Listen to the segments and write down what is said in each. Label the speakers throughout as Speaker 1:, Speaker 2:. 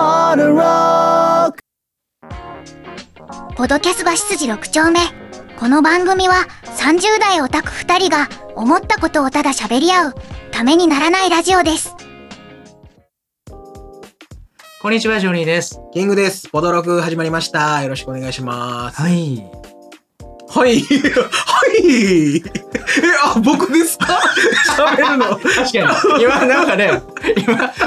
Speaker 1: gotta rock!
Speaker 2: ポドキャスバ執事6丁目。この番組は30代オタク2人が思ったことをただ喋り合うためにならないラジオです。
Speaker 3: こんにちは、ジョニーです。
Speaker 4: キングです。ポドロク始まりました。よろしくお願いします。
Speaker 3: はい。
Speaker 4: はい。はい。え、あ、僕ですか喋るの。
Speaker 3: 確かに。今、なんかね、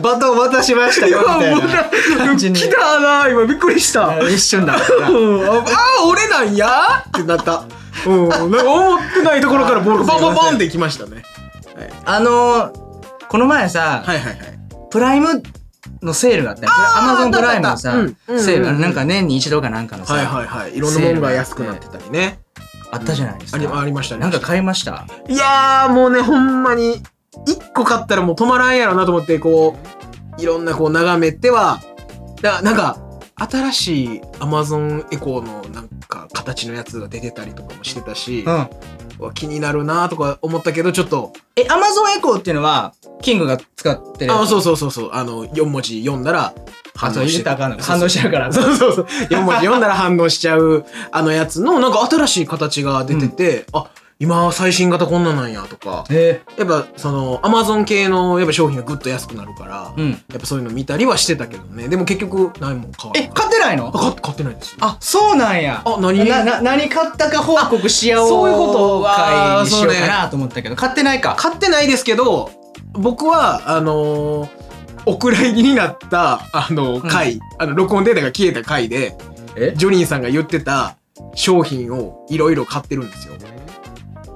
Speaker 4: バトン渡しましたよ。みたい
Speaker 3: 僕ら
Speaker 4: な。来たな。今びっくりした。
Speaker 3: 一瞬だ。
Speaker 4: うん、あ、あ俺なんやってなった。うん、なんか思ってないところからボール
Speaker 3: あー
Speaker 4: バンバンバンってきましたね。
Speaker 3: あのー、この前さ、
Speaker 4: はいはいはい。
Speaker 3: プライムのセールがあったよ。アマゾンプライムのさ、
Speaker 4: あったあったうん
Speaker 3: セール、
Speaker 4: うんうんうん
Speaker 3: なんか年に一度かなんかのさ、
Speaker 4: はいはいはい。いろんなものが安くなってたりね。
Speaker 3: あったじゃないです
Speaker 4: あ
Speaker 3: か。
Speaker 4: りありましたね。
Speaker 3: なんか買いました。
Speaker 4: いやーもうねほんまに1個買ったらもう止まらんやろなと思ってこういろんなこう眺めてはだなんか新しい Amazon エコーのなんか形のやつが出てたりとかもしてたし、
Speaker 3: ん。
Speaker 4: わ気になるなとか思ったけどちょっと
Speaker 3: え、アマゾンエコーっていうのは、キングが使ってる。。
Speaker 4: あそううそうそうそうあの4文字読んだら
Speaker 3: あ、
Speaker 4: 反
Speaker 3: そう、
Speaker 4: 応
Speaker 3: 入
Speaker 4: し
Speaker 3: れ
Speaker 4: て
Speaker 3: たらあかんのか。
Speaker 4: そう
Speaker 3: 反
Speaker 4: そう
Speaker 3: 応しちゃうから。
Speaker 4: そうそうそう。4文字読んだら反応しちゃう、あのやつの、なんか新しい形が出てて、あ、今最新型こんなんなんやとか、
Speaker 3: え
Speaker 4: やっぱそのアマゾン系のやっぱ商品がぐっと安くなるから、
Speaker 3: ー、うん。
Speaker 4: やっぱそういうの見たりはしてたけどねでも結局何も買わない
Speaker 3: え、買ってないの
Speaker 4: あ買っ買ってないです
Speaker 3: あ、そうなんや。
Speaker 4: あ何
Speaker 3: な、な、何買ったか報告し合おう。
Speaker 4: あそういうこと
Speaker 3: 会
Speaker 4: あー
Speaker 3: にしようか
Speaker 4: そ
Speaker 3: なと思ったけど、買ってないか。
Speaker 4: 買ってないですけど僕はあのーお蔵入りになった、あのー
Speaker 3: うん
Speaker 4: 回、あの、録音データが消えた回で、
Speaker 3: え
Speaker 4: ジョニーさんが言ってた商品をいろいろ買ってるんですよ。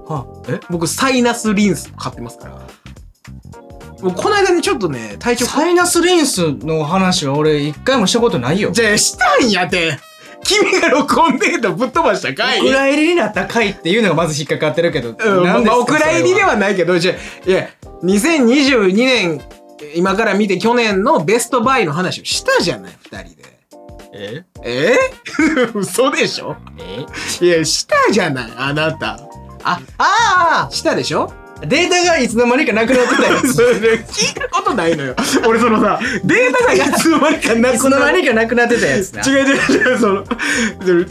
Speaker 3: はえ
Speaker 4: 僕、サイナスリンス買ってますから。もう、この間ね、ちょっとね、体調
Speaker 3: サイナスリンスの話は俺一回もしたことないよ。
Speaker 4: じゃあ、したんやて君が録音データぶっ飛ばしたかい
Speaker 3: お蔵入りになった回っていうのがまず引っかかってるけど、
Speaker 4: うん、ま
Speaker 3: 何
Speaker 4: あ
Speaker 3: で
Speaker 4: ま
Speaker 3: すか
Speaker 4: あお蔵入りではないけど、じゃあいや、2022年、今から見て去年のベストバイの話をしたじゃない、二人で。
Speaker 3: それはえ
Speaker 4: え 嘘でしょ
Speaker 3: え
Speaker 4: いや、したじゃない、あなた。
Speaker 3: あ、あ
Speaker 4: したでしょ
Speaker 3: あデータがいつの間にかなくなってたよ。
Speaker 4: それ聞いたことないのよ。俺そのさ、データがいつの間にかなくなる
Speaker 3: いつの間 にかなくなってたやつな。
Speaker 4: 違う違う違う、その、その言い訳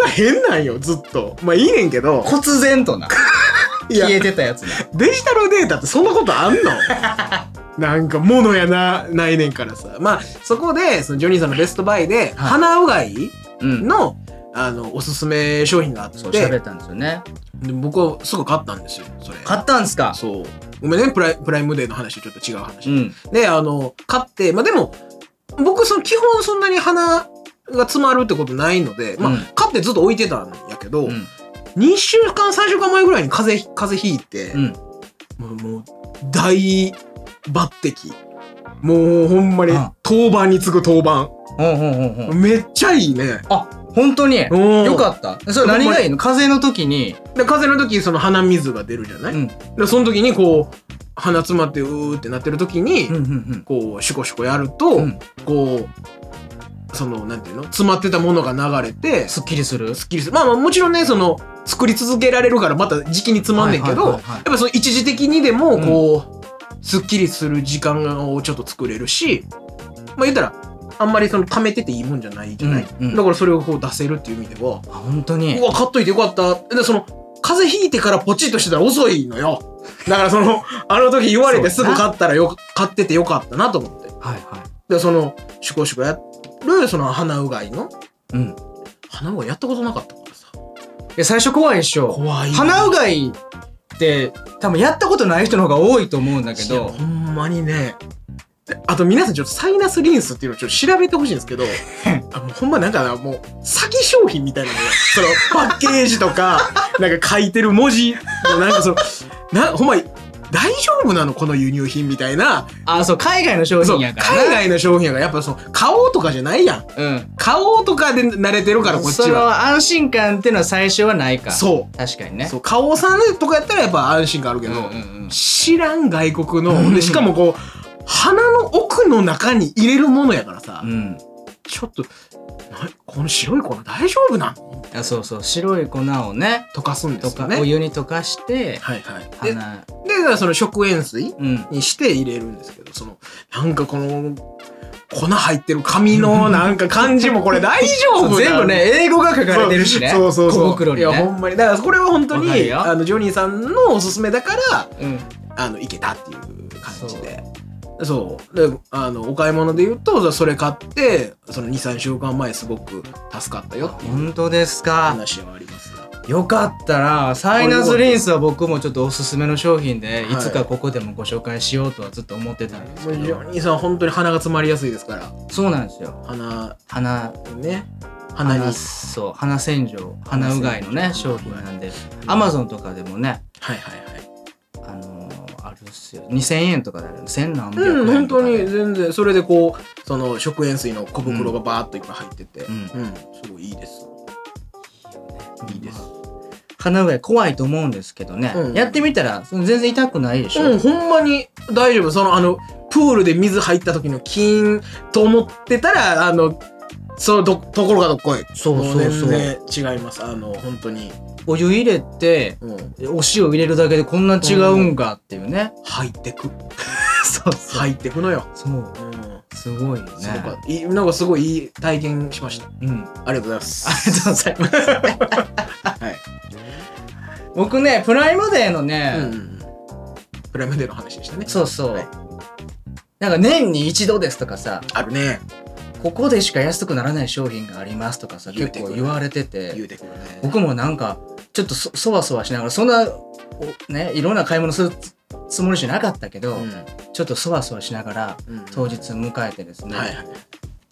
Speaker 4: が変なんよ、ずっと。まあいいねんけど。
Speaker 3: 忽然とな。
Speaker 4: いや
Speaker 3: 消えてたやつな。
Speaker 4: デジタルデータってそんなことあん のなんかものやなないねんからさまあそこでそのジョニーさんのベストバイで、鼻うがい
Speaker 3: うん。
Speaker 4: のあのおすすめ商品があっ
Speaker 3: そう、
Speaker 4: て
Speaker 3: 喋
Speaker 4: で
Speaker 3: ったんですよね。
Speaker 4: 僕はすぐ買ったんですよそれ
Speaker 3: 買ったんすか
Speaker 4: そうごめんねプライプライムデーの話とちょっと違う話、
Speaker 3: うん。
Speaker 4: であの買ってまあでも僕その基本そんなに鼻が詰まるってことないので、まあ
Speaker 3: うん
Speaker 4: 買ってずっと置いてたんやけど、
Speaker 3: うん。
Speaker 4: 2週間3週間前ぐらいに風邪ひ風邪ひいて、
Speaker 3: うん。
Speaker 4: もうもう大抜擢もうほんまに
Speaker 3: うん
Speaker 4: 当番に次ぐ当番
Speaker 3: ほんほんほんほん。
Speaker 4: めっちゃいいね
Speaker 3: あ、本当によ
Speaker 4: よ
Speaker 3: かった。それ何がいいの風邪の時に、
Speaker 4: たで風邪の時その鼻水が出るじゃな
Speaker 3: う
Speaker 4: い、
Speaker 3: ん。
Speaker 4: でその時にこう鼻詰まってうーってなってる時に、
Speaker 3: うんうん
Speaker 4: こうシュコシュコやると、
Speaker 3: うん。うん。
Speaker 4: こうそのなんていうの詰まってたものが流れてす
Speaker 3: すっきりする
Speaker 4: っきりするまあまあもちろんねその作り続けられるからまた時期につまんねんけど、
Speaker 3: はいはいはいはい
Speaker 4: やっぱその一時的にでもこう、すっきりする時間をちょっと作れるしまあ言ったらあんまりその溜めてていいもんじゃないじゃない、
Speaker 3: うんうん
Speaker 4: だからそれをこう出せるっていう意味では、
Speaker 3: あ本当に
Speaker 4: うわ買っといてよかったでその風邪ひいてからポチッとしてたら遅いのよだからそのあの時言われてすぐ買ったらよ買っててよかったなと思って
Speaker 3: はいは
Speaker 4: でそのシュコシュコやるその鼻うがいの
Speaker 3: い。うん。い
Speaker 4: 鼻うがいやったことなかったからさ
Speaker 3: や、最初怖いでしょ。
Speaker 4: 怖い
Speaker 3: 鼻うがいって、多分やったことない人の方が多いと思うんだけ
Speaker 4: いや
Speaker 3: ど、
Speaker 4: ほんまにねであと皆さんちょっとサイナスリンスっていうのをちょっと調べてほしいんですけ どあもうほんまなんかなもう詐欺商品みたいなのよそのパッケージと かなんか書いてる文字なんかそのなほんま大丈夫なのこの輸入品みたいな
Speaker 3: あ、そう、海外の商
Speaker 4: そ
Speaker 3: 品
Speaker 4: う
Speaker 3: や
Speaker 4: 海
Speaker 3: からな。
Speaker 4: 外の商品やからやっぱその買おうとかじゃないやん
Speaker 3: うん。
Speaker 4: 買おうとかで慣れてるからこっ
Speaker 3: そ
Speaker 4: ち
Speaker 3: の
Speaker 4: は
Speaker 3: 安心感っていうのは最初はないか。。
Speaker 4: そう
Speaker 3: 確かに
Speaker 4: う
Speaker 3: ね。
Speaker 4: そう買おうさんとかやったらやっぱ安心感あるけど、
Speaker 3: うんうんうん
Speaker 4: 知らん外国の
Speaker 3: ん
Speaker 4: でしかもこう鼻の奥の中に入れるものやからさ、
Speaker 3: うん。
Speaker 4: ちょっとなこの白い粉大丈夫なん
Speaker 3: あそうそう、白い粉をね、
Speaker 4: 溶かすんで
Speaker 3: と
Speaker 4: すよ
Speaker 3: か、
Speaker 4: ね
Speaker 3: お湯に溶かして、
Speaker 4: はいはいで
Speaker 3: 鼻、
Speaker 4: でその食塩水
Speaker 3: うん。
Speaker 4: にして入れるんですけどそのなんかこの粉入ってる紙の なんか感じもこれ大丈
Speaker 3: そう
Speaker 4: 夫
Speaker 3: 全部ね英語が書かれてるしね
Speaker 4: そうそうそう
Speaker 3: 小袋に
Speaker 4: いやほ
Speaker 3: ね
Speaker 4: んまにだからこれは本当
Speaker 3: わかる
Speaker 4: に
Speaker 3: よ
Speaker 4: あのジョニーさんのおすすめだから
Speaker 3: うん
Speaker 4: あのいけたっていう感じでそうであのお買い物で言うとそれ買ってその23週間前すごく助かったよっていう
Speaker 3: 本当ですか
Speaker 4: 話はありますね
Speaker 3: よかったらサイナスリンスは僕もちょっとおすすめの商品で
Speaker 4: はい
Speaker 3: いつかここでもご紹介しようとはずっと思ってたんです
Speaker 4: も
Speaker 3: け
Speaker 4: うジ
Speaker 3: ど
Speaker 4: ョニーさん本当に鼻が詰まりやすいですから
Speaker 3: そうなんですよ
Speaker 4: 鼻
Speaker 3: 鼻
Speaker 4: ね鼻に
Speaker 3: 鼻そう鼻洗浄鼻うがいのね商品なんでアマゾンとかでもね
Speaker 4: はいはいはい
Speaker 3: あのーあるっすよ2000円とかである1000何百
Speaker 4: うん、
Speaker 3: 円
Speaker 4: 本
Speaker 3: とか
Speaker 4: 当
Speaker 3: で、
Speaker 4: に全然それでこうその食塩水の小袋がバーっといっぱい入ってて、
Speaker 3: うん
Speaker 4: うんすごいいいですいいです、
Speaker 3: 鼻うがい怖いと思うんですけどね、
Speaker 4: うん
Speaker 3: やってみたらその全然痛くないでしょ、
Speaker 4: うんほんまに大丈夫そのあのプールで水入った時のキーンと思ってたらあのそのどところがどっこい
Speaker 3: そうそうそう
Speaker 4: も全然違いますあの本当に、
Speaker 3: お湯入れて
Speaker 4: うん、
Speaker 3: お塩入れるだけでこんな違うんかってい うね、
Speaker 4: ハイテク
Speaker 3: そう
Speaker 4: ハイテクのよ、
Speaker 3: そう
Speaker 4: うん
Speaker 3: すごいよね
Speaker 4: すごかったいいなんかすごいいい体験しましたあ
Speaker 3: うん、あ
Speaker 4: りがとうございます
Speaker 3: りがとうございます
Speaker 4: はい
Speaker 3: 僕ねプライムデーのね、
Speaker 4: うんうんうんプライムデーの話でしたね
Speaker 3: そうそう、
Speaker 4: はい
Speaker 3: なんか年に一度ですとかさ
Speaker 4: あるね
Speaker 3: ここでしか安くならない商品がありますとかさ
Speaker 4: 言うて
Speaker 3: 結
Speaker 4: くる
Speaker 3: 構言われてて
Speaker 4: 言うてくるね
Speaker 3: 僕もなんかちょっとそそわそわしながらそんなおねいろんな買い物するつつもりじゃなかったけど、ちょっとそわそわしながら
Speaker 4: うん
Speaker 3: 当日迎えてですね、
Speaker 4: はいはい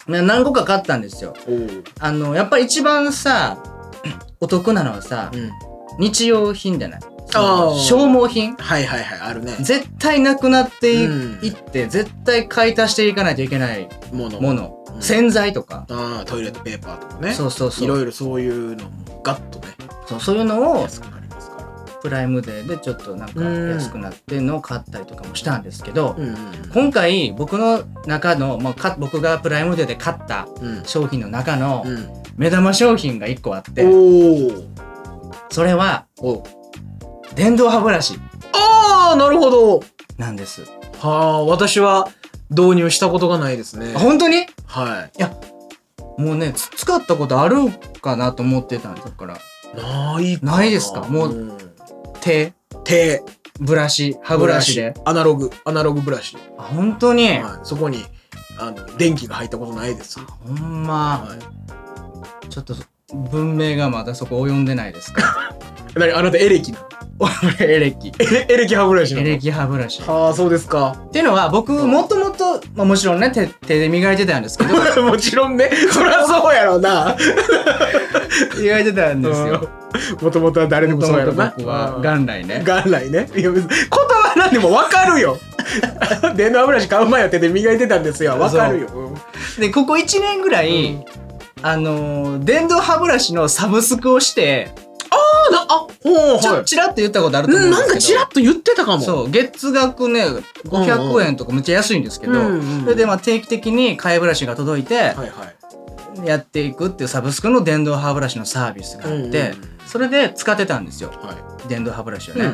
Speaker 3: な何個か買ったんですよ
Speaker 4: おー
Speaker 3: あのやっぱり一番さ お得なのはさ、
Speaker 4: うん
Speaker 3: 日用品じゃない
Speaker 4: あー
Speaker 3: 消耗品
Speaker 4: はいはいはいあるね
Speaker 3: 絶対なくなってい,、
Speaker 4: うん
Speaker 3: って絶対買い足していかないといけない
Speaker 4: もの
Speaker 3: もの、
Speaker 4: うん
Speaker 3: 洗剤とか、
Speaker 4: あートイレットペーパーとかね
Speaker 3: そうそうそう
Speaker 4: いろいろそういうのもガッとね
Speaker 3: そうそういうのを
Speaker 4: 安くなりますから
Speaker 3: プライムデーでちょっとなんか
Speaker 4: うん
Speaker 3: 安くなってんのを買ったりとかもしたんですけど、
Speaker 4: うんうん
Speaker 3: 今回僕の中の、まあ、か僕がプライムデーで買った
Speaker 4: うん
Speaker 3: 商品の中の
Speaker 4: うん
Speaker 3: 目玉商品が1個あって、
Speaker 4: おー
Speaker 3: それは
Speaker 4: お
Speaker 3: 電動歯ブラシ
Speaker 4: ああなるほど
Speaker 3: なんです。
Speaker 4: はあ私は導入したことがないですね
Speaker 3: 本当に
Speaker 4: は
Speaker 3: もうねつ使ったことあるかなと思ってたんだから
Speaker 4: いない
Speaker 3: ないですかもうん手
Speaker 4: 手
Speaker 3: ブラシ歯ブラシで
Speaker 4: アナログアナログブラシ
Speaker 3: あ本当に、
Speaker 4: はいそこにあの電気が入ったことないです
Speaker 3: ほんま、
Speaker 4: はい
Speaker 3: ちょっと文明がまだそこ及んでないですか
Speaker 4: 何あなたエレキ な
Speaker 3: 俺 エレキ
Speaker 4: エレエレキ歯ブラシな
Speaker 3: エ
Speaker 4: の
Speaker 3: レキ歯ブラシっ
Speaker 4: はあそうですか
Speaker 3: ていうのは僕もともとまあもちろんね手手で磨いてたんですけど
Speaker 4: もちろんねそりゃそうやろうな
Speaker 3: 磨いてたんですよ
Speaker 4: もともとは誰でも
Speaker 3: もと
Speaker 4: そう
Speaker 3: も
Speaker 4: やろ
Speaker 3: と
Speaker 4: うな
Speaker 3: 僕は元来ね
Speaker 4: 元来ねいや別に言葉なんでも分かるよ 電動歯ブラシ買う前は手で磨いてたんですよ分かるようん
Speaker 3: でここ1年ぐらい、あのー電動歯ブラシのサブスクをして
Speaker 4: あなあほう
Speaker 3: ちょ
Speaker 4: は
Speaker 3: ちらっと言ったことある
Speaker 4: い
Speaker 3: と思うんですけど、
Speaker 4: っと言ってたか
Speaker 3: そう月額ね500円とかめっちゃ安いんですけど、
Speaker 4: うんうん
Speaker 3: それでまあ定期的に替えブラシが届いて
Speaker 4: はいはい
Speaker 3: やっていくっていうサブスクの電動歯ブラシのサービスがあって、
Speaker 4: うんうんうん
Speaker 3: それで使ってたんですよ
Speaker 4: は
Speaker 3: 電動歯ブラシを
Speaker 4: い
Speaker 3: ね、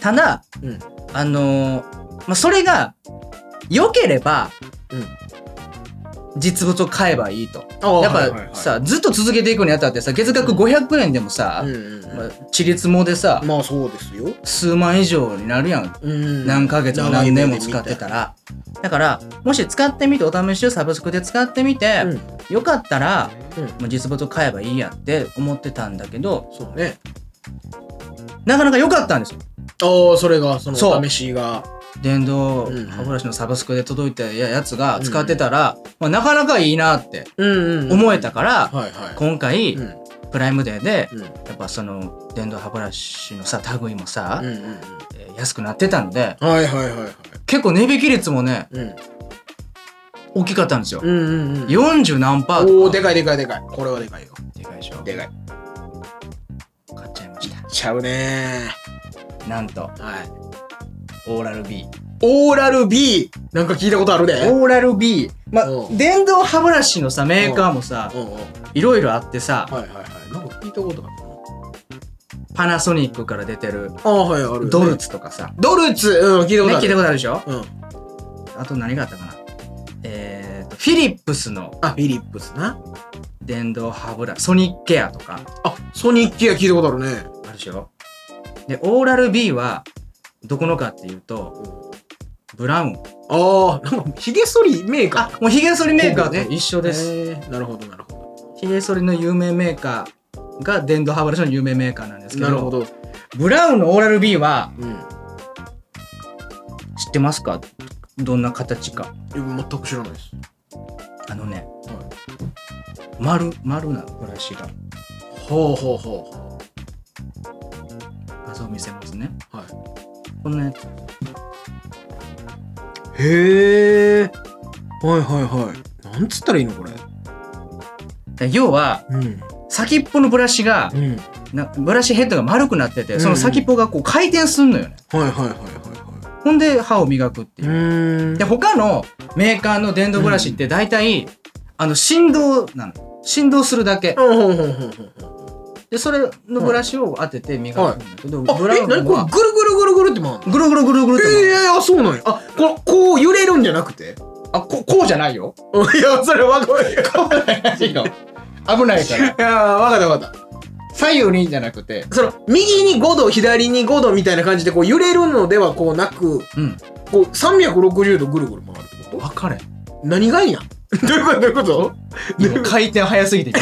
Speaker 3: ただ
Speaker 4: うんうん
Speaker 3: あのーまあ、それが良ければ、
Speaker 4: うん
Speaker 3: 実物を買えばいいと
Speaker 4: あー
Speaker 3: やっぱ、
Speaker 4: はいはいはい
Speaker 3: さずっと続けていくにあたってさ月額500円でもさ、
Speaker 4: うんうんうん
Speaker 3: まあ、地立もでさ、
Speaker 4: まあそうですよ
Speaker 3: 数万以上になるやん
Speaker 4: うん
Speaker 3: 何ヶ月も何年も使ってたら。だから、もし使ってみて、お試しをサブスクで使ってみて、
Speaker 4: うん
Speaker 3: よかったら、
Speaker 4: うん
Speaker 3: もう実物を買えばいいやって思ってたんだけど、
Speaker 4: そうね
Speaker 3: なかなか良かったんですよ。
Speaker 4: ああそれがその
Speaker 3: そ
Speaker 4: お
Speaker 3: う
Speaker 4: 試しが
Speaker 3: 電動
Speaker 4: うんうん
Speaker 3: 歯ブラシのサブスクで届いたやつが使ってたら、まあ、なかなかいいなって
Speaker 4: うん
Speaker 3: 思えたから、
Speaker 4: はいはい
Speaker 3: 今回、
Speaker 4: うん
Speaker 3: プライムデーで、
Speaker 4: うん
Speaker 3: やっぱその、電動歯ブラシのさ、類もさ、
Speaker 4: うんうん
Speaker 3: えー安くなってたので、
Speaker 4: うんはいはいはいはい
Speaker 3: 結構値引き率もね、
Speaker 4: うん
Speaker 3: 大きかったんですよ。
Speaker 4: うんうんうん
Speaker 3: 40何パー
Speaker 4: おお
Speaker 3: と
Speaker 4: でか
Speaker 3: か。
Speaker 4: いでかいでかいこれはでかいよ
Speaker 3: でかいでしょ。
Speaker 4: でかい
Speaker 3: 買っちゃいました。
Speaker 4: ちゃうね
Speaker 3: なんと、
Speaker 4: ーはい
Speaker 3: オーラル B。
Speaker 4: オーラル B なんか聞いたことあるで
Speaker 3: オーラル B。まあ
Speaker 4: う、ん
Speaker 3: 電動歯ブラシのさ、メーカーもさ
Speaker 4: う、んうんはい
Speaker 3: ろいろあってさ、
Speaker 4: いはいはいなんか聞いたことあるな
Speaker 3: パナソニックから出てる
Speaker 4: ああはいあるよね
Speaker 3: ドルツとかさ、ね、
Speaker 4: ドルツうん聞いたこ
Speaker 3: 聞
Speaker 4: とあ
Speaker 3: い
Speaker 4: る
Speaker 3: たことあるでしょ
Speaker 4: うん
Speaker 3: あと何があったかなえフィリップスの
Speaker 4: あ、フィリップスな。
Speaker 3: 電動歯ブラシ、ソニックケアとか
Speaker 4: あ、ソニックや聞いたことあるね。
Speaker 3: あるでしょで、オーラル B はどこのかっていうと、ブラウン。
Speaker 4: ああ、なんか、ヒゲ剃りメーカ
Speaker 3: あ、もうヒゲ剃りメーカーと一緒
Speaker 4: ー。
Speaker 3: です。
Speaker 4: へーなるほど、なるほ
Speaker 3: ヒゲ剃りの有名メーカーが電動歯ブラシの有名メーカーなんです
Speaker 4: ど。
Speaker 3: け
Speaker 4: な
Speaker 3: ど、
Speaker 4: るほど。
Speaker 3: ブラウンのオーラル B は
Speaker 4: うん。
Speaker 3: 知ってますかどんな形か。
Speaker 4: いや全く知らないです。
Speaker 3: あのね、丸、丸なブラシが。
Speaker 4: ほうほうほ
Speaker 3: 画像を見せますね。
Speaker 4: う。は
Speaker 3: このね、
Speaker 4: い。へえ。はいはいはい。なんつったらいいのこれ。
Speaker 3: 要は、
Speaker 4: うん。
Speaker 3: 先っぽのブラシが、
Speaker 4: うん。
Speaker 3: なブラシヘッドが丸くなってて、
Speaker 4: うん
Speaker 3: その先っぽがこう回転すんのよね。
Speaker 4: はいはいはいはいは
Speaker 3: ほんで、歯を磨くって
Speaker 4: い。
Speaker 3: いう。
Speaker 4: ーん
Speaker 3: で、他のメーカーの電動ブラシって大体、あの、振動なの。振動するだけ。
Speaker 4: ほうほうほうほうほ
Speaker 3: で、それのブラシを当てて磨くんだけど、
Speaker 4: う。あ、
Speaker 3: ブラウ
Speaker 4: え、何
Speaker 3: ン
Speaker 4: これ
Speaker 3: は、
Speaker 4: ぐるぐるぐるぐるって回るの
Speaker 3: ぐるぐるぐるぐるって回る、
Speaker 4: ええあ、そうなんや。あ、この、こう揺れるんじゃなくて
Speaker 3: あこ、こうじゃないよ。
Speaker 4: いや、それわかるよ。
Speaker 3: こうじゃないよ。危ないから。
Speaker 4: いやー、わかったわかっ
Speaker 3: 左右にじゃなくて、
Speaker 4: た。その、右に5度、左に5度みたいな感じで、こう揺れるのではこうなく、
Speaker 3: うん。
Speaker 4: こう360度ぐるぐる回るってこ
Speaker 3: 分かれん。
Speaker 4: と何がいいやん どういうことどういうこと
Speaker 3: 今回転早すぎて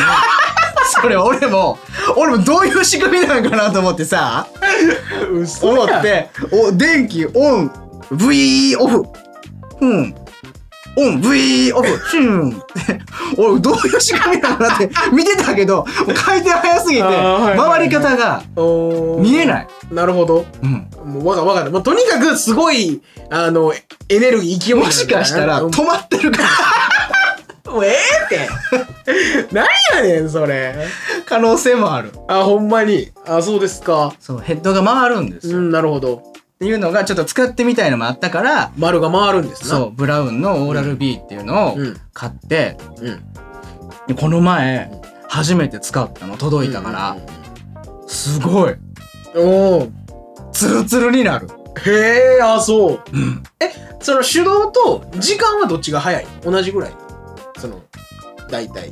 Speaker 3: それ俺も俺もどういう仕組みなんかなと思ってさ
Speaker 4: 嘘
Speaker 3: 思
Speaker 4: やん
Speaker 3: ってお電気オン V オフうんオン V オフシュンって俺どういう仕組みなんかなって 見てたけどもう回転早すぎて
Speaker 4: あーはいはいはい
Speaker 3: 回り方が
Speaker 4: おー
Speaker 3: 見えない、
Speaker 4: なるほど
Speaker 3: うん、
Speaker 4: もうわかわかるもうとにかくすごいあのエネルギー勢いなんだ
Speaker 3: もしかしたら
Speaker 4: うん
Speaker 3: 止まってるか
Speaker 4: もうえ えって何やねんそれ
Speaker 3: ら可能性もある
Speaker 4: あほんまにあそうですか
Speaker 3: そうヘッドが回るんですよ、
Speaker 4: う
Speaker 3: っ
Speaker 4: んなるほど
Speaker 3: ていうのがちょっと使ってみたいのもあったから
Speaker 4: 丸が回るんですな
Speaker 3: そうブラウンのオーラル B っていうのを
Speaker 4: うん
Speaker 3: 買って、
Speaker 4: うん
Speaker 3: でこの前
Speaker 4: うん
Speaker 3: 初めて使ったの届いたから、すごい
Speaker 4: うんうんうんおー
Speaker 3: ツルツルになる
Speaker 4: へえあそう
Speaker 3: うん
Speaker 4: その手動と時間はどっちが早い同じぐらいその大体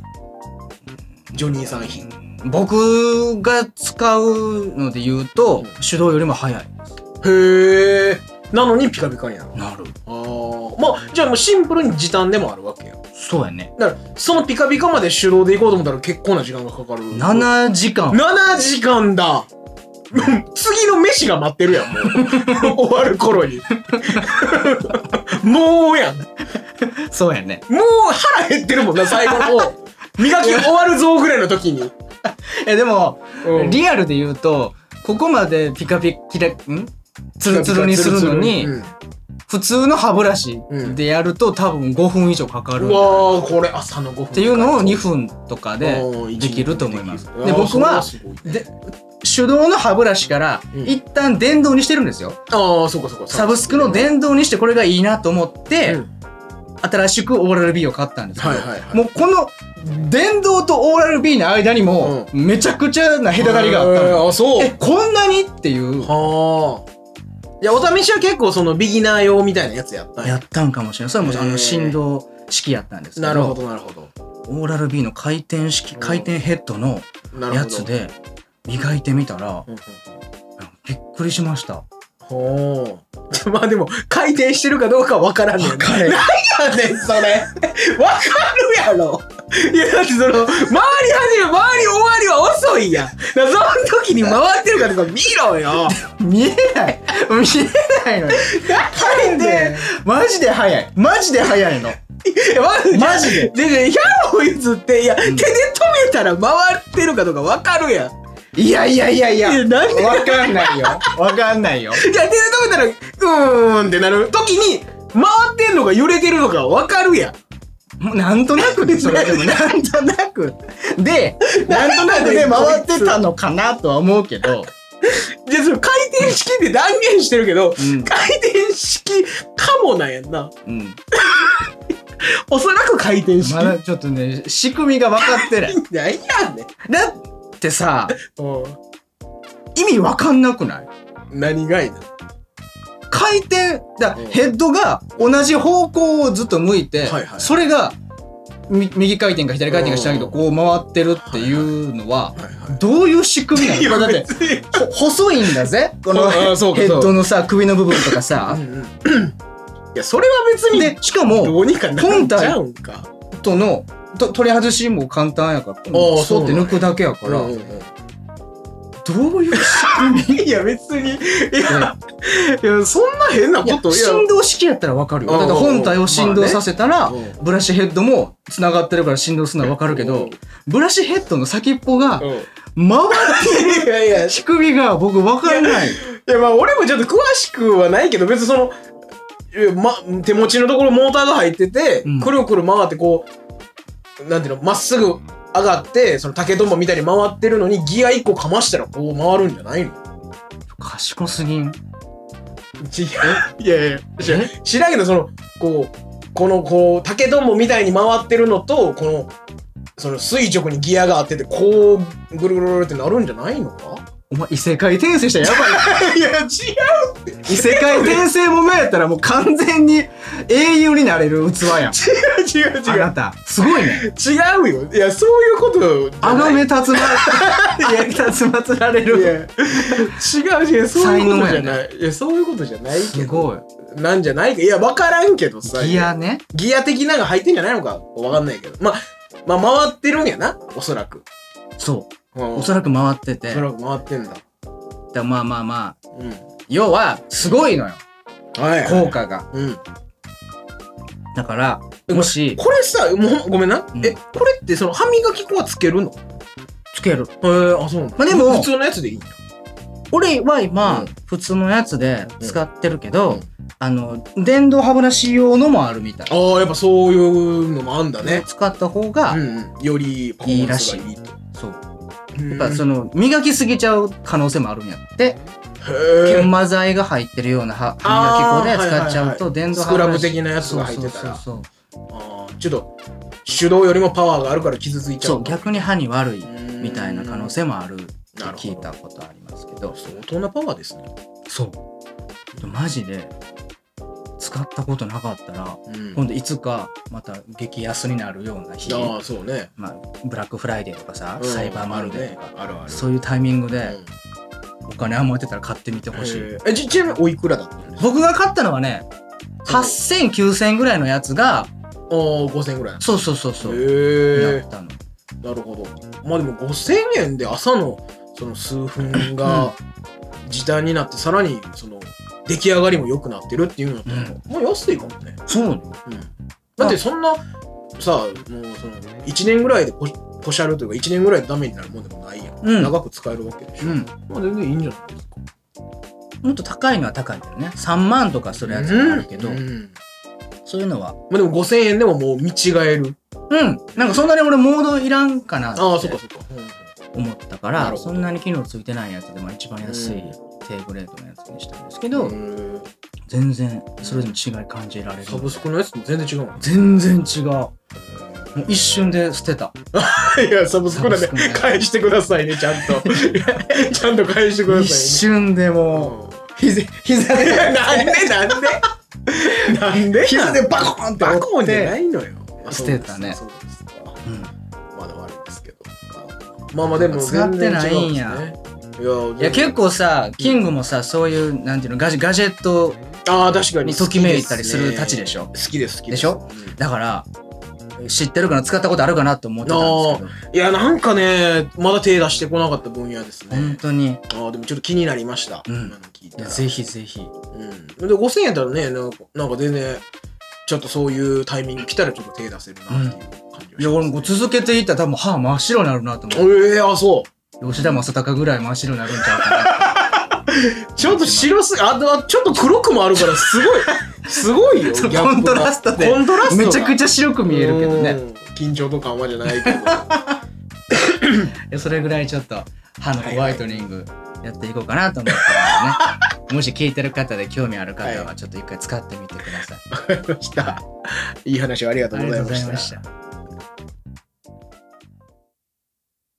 Speaker 4: ジョニーさん比へ
Speaker 3: 僕が使うので言うと、
Speaker 4: うん
Speaker 3: 手動よりも早い
Speaker 4: えなのにピカピカになる
Speaker 3: なる
Speaker 4: あーまあじゃあもうシンプルに時短でもあるわけや
Speaker 3: そうやね
Speaker 4: だからそのピカピカまで手動で行こうと思ったら結構な時間がかかる
Speaker 3: 7時間
Speaker 4: 7時間だ次の飯が待ってるやんもう終わる頃にもうやん
Speaker 3: そうやね
Speaker 4: もう腹減ってるもんな最後の方磨き終わるぞぐらいの時に
Speaker 3: えでも、
Speaker 4: うん
Speaker 3: リアルで言うとここまでピカピキラんツルツルにするのに
Speaker 4: うん
Speaker 3: 普通の歯ブラシでやると多分5分以上かかるん
Speaker 4: う
Speaker 3: じゃない
Speaker 4: わーこれ朝の5分
Speaker 3: っていうのを2分とかで
Speaker 4: うん
Speaker 3: できると思います。
Speaker 4: うん
Speaker 3: で僕は
Speaker 4: それすごいね
Speaker 3: で手動の歯ブラシから
Speaker 4: うん
Speaker 3: 一旦電動にしてるんですよ。
Speaker 4: ああそうかそうか
Speaker 3: サブスクの電動にしてこれがいいなと思って、
Speaker 4: うん
Speaker 3: 新しくオーラル B を買ったんですけど、
Speaker 4: はいはいはい
Speaker 3: もうこの電動とオーラル B の間にもめちゃくちゃな隔たりがあった
Speaker 4: へ
Speaker 3: の。
Speaker 4: ーあそう
Speaker 3: えこんなにっていう
Speaker 4: はあいやお試しは結構そのビギナー用みたいなやつやったん
Speaker 3: や
Speaker 4: や
Speaker 3: ったんかもしれない。それはもうあ
Speaker 4: へ
Speaker 3: の
Speaker 4: ー
Speaker 3: 振動式やったんですけど
Speaker 4: なるほどなるほど
Speaker 3: オーラル B の回転式
Speaker 4: うん
Speaker 3: 回転ヘッドの
Speaker 4: なるほど
Speaker 3: やつで磨いてみたら
Speaker 4: うんうん
Speaker 3: びっくりしました。
Speaker 4: ほうまあでも回転してるかどうかは分からんねん
Speaker 3: わかれん
Speaker 4: なんやねんそれ分かるやろいやだってその回り始め回り終わりは遅いやんだからその時に回ってるかどうか見ろよ
Speaker 3: 見えない見えないのよ
Speaker 4: なんで
Speaker 3: マジで早いマジで早いのマジで
Speaker 4: でで100歩譲っていや、手で止めたら回ってるかどうか分かるやん
Speaker 3: いやいやいやいや
Speaker 4: いやなんで
Speaker 3: わかんないよわかんないよ
Speaker 4: じゃあ手で止めたらうーんってなる時に回ってんのか揺れてるのか分かるやん
Speaker 3: もうなんとなくでそれでもなんとなくでなんとなくで回ってたのかなとは思うけど
Speaker 4: じゃあその回転式って断言してるけど、
Speaker 3: うん
Speaker 4: 回転式かもなんやんな
Speaker 3: うん
Speaker 4: おそらく回転式、
Speaker 3: まだちょっとね仕組みが分かってない
Speaker 4: なんやねん
Speaker 3: だってさ意味分かんなくない
Speaker 4: 何がいな
Speaker 3: 回転だ
Speaker 4: うん
Speaker 3: ヘッドが同じ方向をずっと向いて、
Speaker 4: はいはい
Speaker 3: それがみ右回転か左回転かしないけど、
Speaker 4: うん
Speaker 3: こう回ってるっていうのは、
Speaker 4: はいは
Speaker 3: どういう仕組みないのこれだって、
Speaker 4: 別に
Speaker 3: ほ細いんだぜ。このヘ
Speaker 4: あそうかそうか
Speaker 3: ッドのさ、首の部分とか
Speaker 4: う
Speaker 3: さ
Speaker 4: ん。うんいやそれは別に
Speaker 3: で、しかも、
Speaker 4: どうにかなっちゃうんか
Speaker 3: とのと取り外しも簡単やから、
Speaker 4: ー
Speaker 3: そうって
Speaker 4: そうなんや
Speaker 3: 抜くだけやから、
Speaker 4: うんうんうん
Speaker 3: どういう仕
Speaker 4: いや別にいやいやそんな変な
Speaker 3: 組み
Speaker 4: こと
Speaker 3: いや振動式やったらわかるよ。
Speaker 4: うん
Speaker 3: だから本体を振動させたら、
Speaker 4: うん
Speaker 3: ブラシヘッドも繋がってるから振動するのはわかるけど、ブラシヘッドの先っぽが
Speaker 4: うん
Speaker 3: 回
Speaker 4: いやいや
Speaker 3: る仕組みが僕わからない。
Speaker 4: いやまあ俺もちょっと詳しくはないけど別にそのいやま、手持ちのところモーターが入ってて、
Speaker 3: うん
Speaker 4: くるくる回ってこうなんていうのまっすぐ上がってその竹とんぼみたいに回ってるのにギア1個かましたらこう回るんじゃないの
Speaker 3: 賢すぎん。
Speaker 4: いやいや知ら知らんけどそのこうこのこう竹とんぼみたいに回ってるのとこのその垂直にギアがあっててこうぐるぐるぐるってなるんじゃないのか
Speaker 3: お前異世界転生したらや ばい。
Speaker 4: いや違う
Speaker 3: 異世界転生ものやったらもう完全に英雄になれる器や
Speaker 4: 違
Speaker 3: ん。
Speaker 4: う違う
Speaker 3: あ
Speaker 4: 違
Speaker 3: な
Speaker 4: う
Speaker 3: た、すごいね。
Speaker 4: 違うよいやそういうことじゃ
Speaker 3: あ
Speaker 4: な
Speaker 3: の
Speaker 4: い
Speaker 3: 目立つま、 いや、立つまつられ
Speaker 4: い
Speaker 3: る。
Speaker 4: や違う違うそういうことじゃ
Speaker 3: 才能
Speaker 4: ない、いやそういうことじゃないけど
Speaker 3: すごい。
Speaker 4: なんじゃないかいや分からんけどさ
Speaker 3: ギアね。
Speaker 4: ギア的なのが入ってんじゃないのか分かんないけどまあまあ回ってるんやなおそらく、
Speaker 3: そうう。
Speaker 4: ん
Speaker 3: おそらく回って
Speaker 4: お
Speaker 3: て。
Speaker 4: そ
Speaker 3: だから
Speaker 4: く回ってんだ
Speaker 3: らまあまあまあ。
Speaker 4: う
Speaker 3: 要は、すごいのよ。
Speaker 4: んはい
Speaker 3: 効果が。
Speaker 4: うん
Speaker 3: だから、もし、
Speaker 4: これさもうごめんな、
Speaker 3: うん
Speaker 4: えこれってその歯磨き粉はつけるの
Speaker 3: つける。
Speaker 4: えー、あそうなの
Speaker 3: まあでも
Speaker 4: 普通のやつでいいんだ
Speaker 3: 俺は今
Speaker 4: うん、
Speaker 3: 普通のやつで使ってるけど、
Speaker 4: うん
Speaker 3: あの、電動歯ブラシ用のもあるみたい
Speaker 4: あ。ーやっぱそういうのもあんだね
Speaker 3: 使った方が、
Speaker 4: うんうんよりパフォーマンスがいいと
Speaker 3: そう。や
Speaker 4: や
Speaker 3: っぱその、磨きすぎちゃう可能性もあるんやって。
Speaker 4: へ
Speaker 3: 研磨剤が入ってるような歯
Speaker 4: あー
Speaker 3: 歯磨き粉で使っちゃう
Speaker 4: は
Speaker 3: と
Speaker 4: いはいはい
Speaker 3: 電動
Speaker 4: ス
Speaker 3: 歯
Speaker 4: ク
Speaker 3: ブ
Speaker 4: ラ
Speaker 3: ラ
Speaker 4: ブ
Speaker 3: シ
Speaker 4: 的なやつが入ってたら
Speaker 3: そうそうそう
Speaker 4: あーちょっと手動よりもパワーがあるから傷ついちゃ
Speaker 3: そうう逆に歯に悪いう
Speaker 4: ーん
Speaker 3: みたいな可能性もあるって
Speaker 4: なるほど
Speaker 3: 聞いたことありますけど
Speaker 4: 相当なパワーですね
Speaker 3: そうマジで使ったことなかったら
Speaker 4: うん
Speaker 3: 今度いつかまた激安になるような日、
Speaker 4: ああそうね
Speaker 3: まあ、ブラックフライデーとかさ、
Speaker 4: うん
Speaker 3: サイバーマルデーとか、
Speaker 4: あるある
Speaker 3: そういうタイミングで
Speaker 4: うん
Speaker 3: お金余ってたら買ってみてほしい、
Speaker 4: へーえちちなみにおいくらだったんですか
Speaker 3: 僕が買ったのはね80009000ぐらいのやつが
Speaker 4: おー5000円ぐらいなんです
Speaker 3: そうそうそう
Speaker 4: か
Speaker 3: そう、
Speaker 4: へえ
Speaker 3: なったの
Speaker 4: なるほど。まあでも5000円で朝のその数分が時短になって、さらにその出来上がりも良くなってるっていうのと、もう安いかもね。
Speaker 3: そうね
Speaker 4: うん、だってそんなさもうその1年ぐらいでポポシャるというか1年ぐらいでダメになるもんでもないやん、
Speaker 3: うん
Speaker 4: 長く使えるわけでしょ、
Speaker 3: うん、
Speaker 4: まあ全然いいんじゃないですか
Speaker 3: もっと高いのは高いんだよね3万とかするやつもあるけど、
Speaker 4: うんうん
Speaker 3: そういうのは
Speaker 4: まあでも5000円でももう見違える
Speaker 3: うんなんかそんなに俺モードいらんかなって
Speaker 4: ああそっかそっか、うん
Speaker 3: 思ったか
Speaker 4: な
Speaker 3: ら
Speaker 4: るほど
Speaker 3: そんなに機能ついてないやつで、まあ、一番安い
Speaker 4: うん
Speaker 3: 低グレードのやつにしたんですけど、
Speaker 4: うん
Speaker 3: 全然それでも違い感じられる
Speaker 4: サブスクのやつと全然違うもんね
Speaker 3: 全然違うもう一瞬で捨てた
Speaker 4: いや、サブスクなんで
Speaker 3: サブスクね
Speaker 4: 返してくださいね、ちゃん と。ちゃんと返してくだ
Speaker 3: 一
Speaker 4: さ
Speaker 3: 瞬で
Speaker 4: いね。
Speaker 3: もう膝膝
Speaker 4: うんいや
Speaker 3: で
Speaker 4: なんでなんでなんで
Speaker 3: 膝でバコーンって折って
Speaker 4: バコーンじゃないのよ。まあ
Speaker 3: 捨てたね
Speaker 4: そうですか。そうですか
Speaker 3: うん
Speaker 4: まだ悪いですけど。まあまあでも、
Speaker 3: 使ってないんや
Speaker 4: 全然違うんですね。い
Speaker 3: いや結構さキングもさそういうなんていうのガジガジェット
Speaker 4: ああ確かに
Speaker 3: にときめいたりするたちでしょ
Speaker 4: 好きです好きです
Speaker 3: でしょ
Speaker 4: うん
Speaker 3: だから知ってるかな使ったことあるかなと思ってたんですけど
Speaker 4: いやなんかねまだ手出してこなかった分野です
Speaker 3: 本
Speaker 4: ね
Speaker 3: 当に
Speaker 4: あーでもちょっと気になりました
Speaker 3: うん
Speaker 4: 今の聞い
Speaker 3: い
Speaker 4: た
Speaker 3: や
Speaker 4: ら
Speaker 3: ぜひぜひ
Speaker 4: うん、で5000円やったらねなんかなんか全然ちょっとそういうタイミング来たらちょっと手出せるなっていう感じがしますね、
Speaker 3: いや俺もう続けていったら多分歯真っ白になるなと思
Speaker 4: ええあそう
Speaker 3: う吉田正尚ぐらい真っ白になるんちゃうか
Speaker 4: ちょっと白すぎあとちょっと黒くもあるからすごい すごいよ
Speaker 3: そう
Speaker 4: ギャップが
Speaker 3: コントラストで
Speaker 4: コントラスト
Speaker 3: な
Speaker 4: が
Speaker 3: めちゃくちゃ白く見えるけどね
Speaker 4: うん緊張と緩和じゃない けど
Speaker 3: いやそれぐらいちょっと歯のホワイトニングやっていこうかなと思ってるん でねもし聞いてる方で興味ある方はちょっと一回使ってみてください
Speaker 4: 来たいい話をありがと
Speaker 3: あ
Speaker 4: う
Speaker 3: り
Speaker 4: ご
Speaker 3: が
Speaker 4: ざ
Speaker 3: と
Speaker 4: いう
Speaker 3: ご
Speaker 4: ま
Speaker 3: ざい
Speaker 4: し
Speaker 3: ま
Speaker 4: た
Speaker 3: した